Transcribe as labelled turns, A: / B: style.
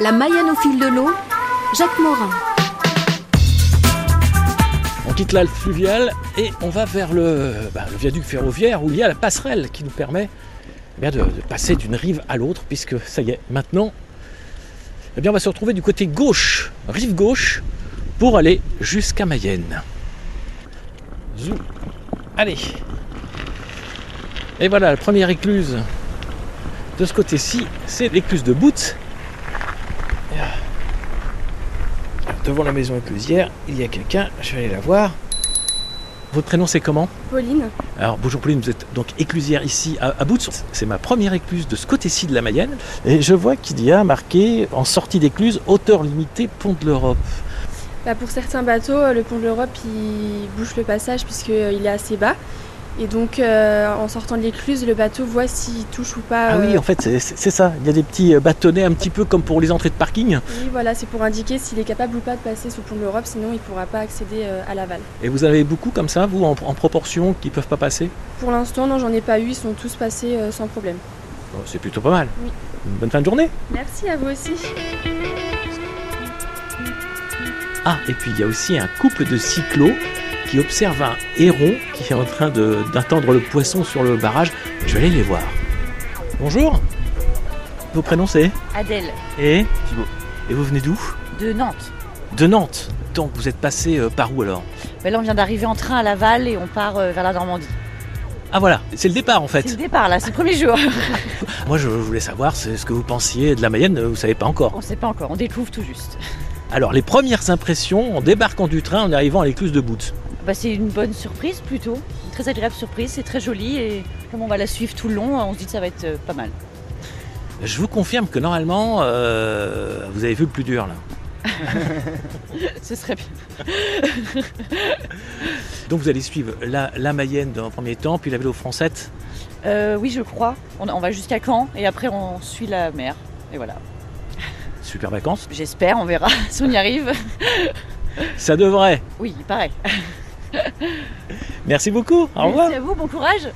A: La Mayenne au fil de l'eau, Jacques Morin.
B: On quitte l'Alpe fluviale et on va vers le, bah, le viaduc ferroviaire où il y a la passerelle qui nous permet eh bien, de, de passer d'une rive à l'autre puisque ça y est, maintenant, eh bien, on va se retrouver du côté gauche, rive gauche, pour aller jusqu'à Mayenne. Zou. Allez. Et voilà, la première écluse de ce côté-ci, c'est l'écluse de Bout. Devant la maison éclusière, il y a quelqu'un, je vais aller la voir. Votre prénom c'est comment
C: Pauline,
B: Alors bonjour Pauline, vous êtes donc éclusière ici à, à Boutz. C'est ma première écluse de ce côté-ci de la Mayenne. Et je vois qu'il y a marqué en sortie d'écluse, hauteur limitée, pont de l'Europe.
C: bah, pour certains bateaux, le pont de l'Europe il bouche le passage puisqu'il est assez bas. Et donc euh, en sortant de l'écluse, le bateau voit s'il touche ou pas.
B: Ah oui,
C: euh,
B: en fait c'est- c'est c'est ça. Il y a des petits euh, bâtonnets un petit peu comme pour les entrées de parking.
C: oui, voilà, c'est pour indiquer s'il est capable ou pas de passer sous le pont de l'Europe, sinon il ne pourra pas accéder euh, à l'aval.
B: Et vous en avez beaucoup comme ça, vous, en, en proportion, qui peuvent pas passer
C: Pour l'instant, non, j'en ai pas eu, ils sont tous passés euh, sans problème.
B: Oh, C'est plutôt pas mal.
C: Oui.
B: Une bonne fin de journée.
C: Merci à vous aussi.
B: Ah, et puis il y a aussi un couple de cyclos qui observe un héron qui est en train de- d'attendre le poisson sur le barrage. Je vais aller les voir. Bonjour. Vos prénoms c'est
D: Adèle,
B: Et Thibaut. Et vous venez d'où
D: de Nantes.
B: De Nantes. Donc vous êtes passé euh, par où alors
D: Ben là, on vient d'arriver en train à Laval et on part euh, vers la Normandie.
B: Ah voilà, c'est le départ en
D: C'est le
B: fait.
D: départ, là, c'est le premier jour.
B: Moi je voulais savoir c'est ce que vous pensiez de la Mayenne, euh, vous savez pas encore.
D: On sait pas encore, on découvre tout juste.
B: Alors les premières impressions en débarquant du train en arrivant à l'écluse de Boots.
D: Bah, c'est une bonne surprise plutôt, une très agréable surprise, c'est très joli et comme on va la suivre tout le long, on se dit que ça va être euh, pas mal.
B: Je vous confirme que normalement euh, vous avez vu le plus dur là.
D: Ce serait bien.
B: Donc vous allez suivre la, la Mayenne dans un premier temps, puis la vélo française.
D: Euh, oui, je crois. On, on va jusqu'à Caen et après on suit la mer. Et voilà.
B: Super vacances.
D: J'espère, on verra si on y arrive.
B: Ça devrait.
D: Oui, pareil.
B: Merci beaucoup. Au revoir.
D: Merci à vous, bon courage.